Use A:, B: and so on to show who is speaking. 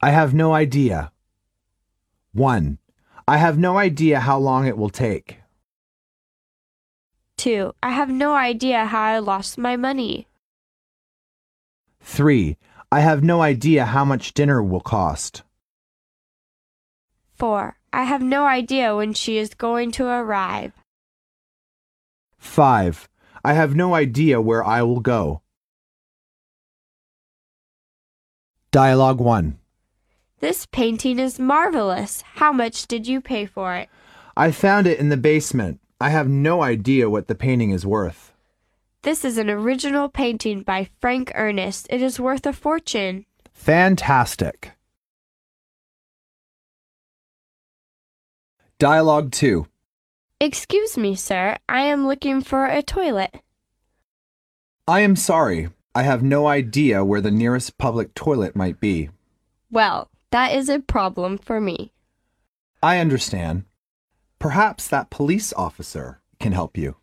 A: I have no idea. 1. I have no idea how long it will take.
B: 2. I have no idea how I lost my money.
A: 3. I have no idea how much dinner will cost.
B: 4. I have no idea when she is going to arrive.
A: 5. I have no idea where I will go. Dialogue 1.
B: This painting is marvelous. How much did you pay for it?
A: I found it in the basement. I have no idea what the painting is worth.
B: This is an original painting by Frank Ernest. It is worth a fortune.
A: Fantastic. Dialogue 2.
B: Excuse me, sir. I am looking for a toilet.
A: I am sorry. I have no idea where the nearest public toilet might be.
B: Well, that is a problem for me.
A: I understand. Perhaps that police officer can help you.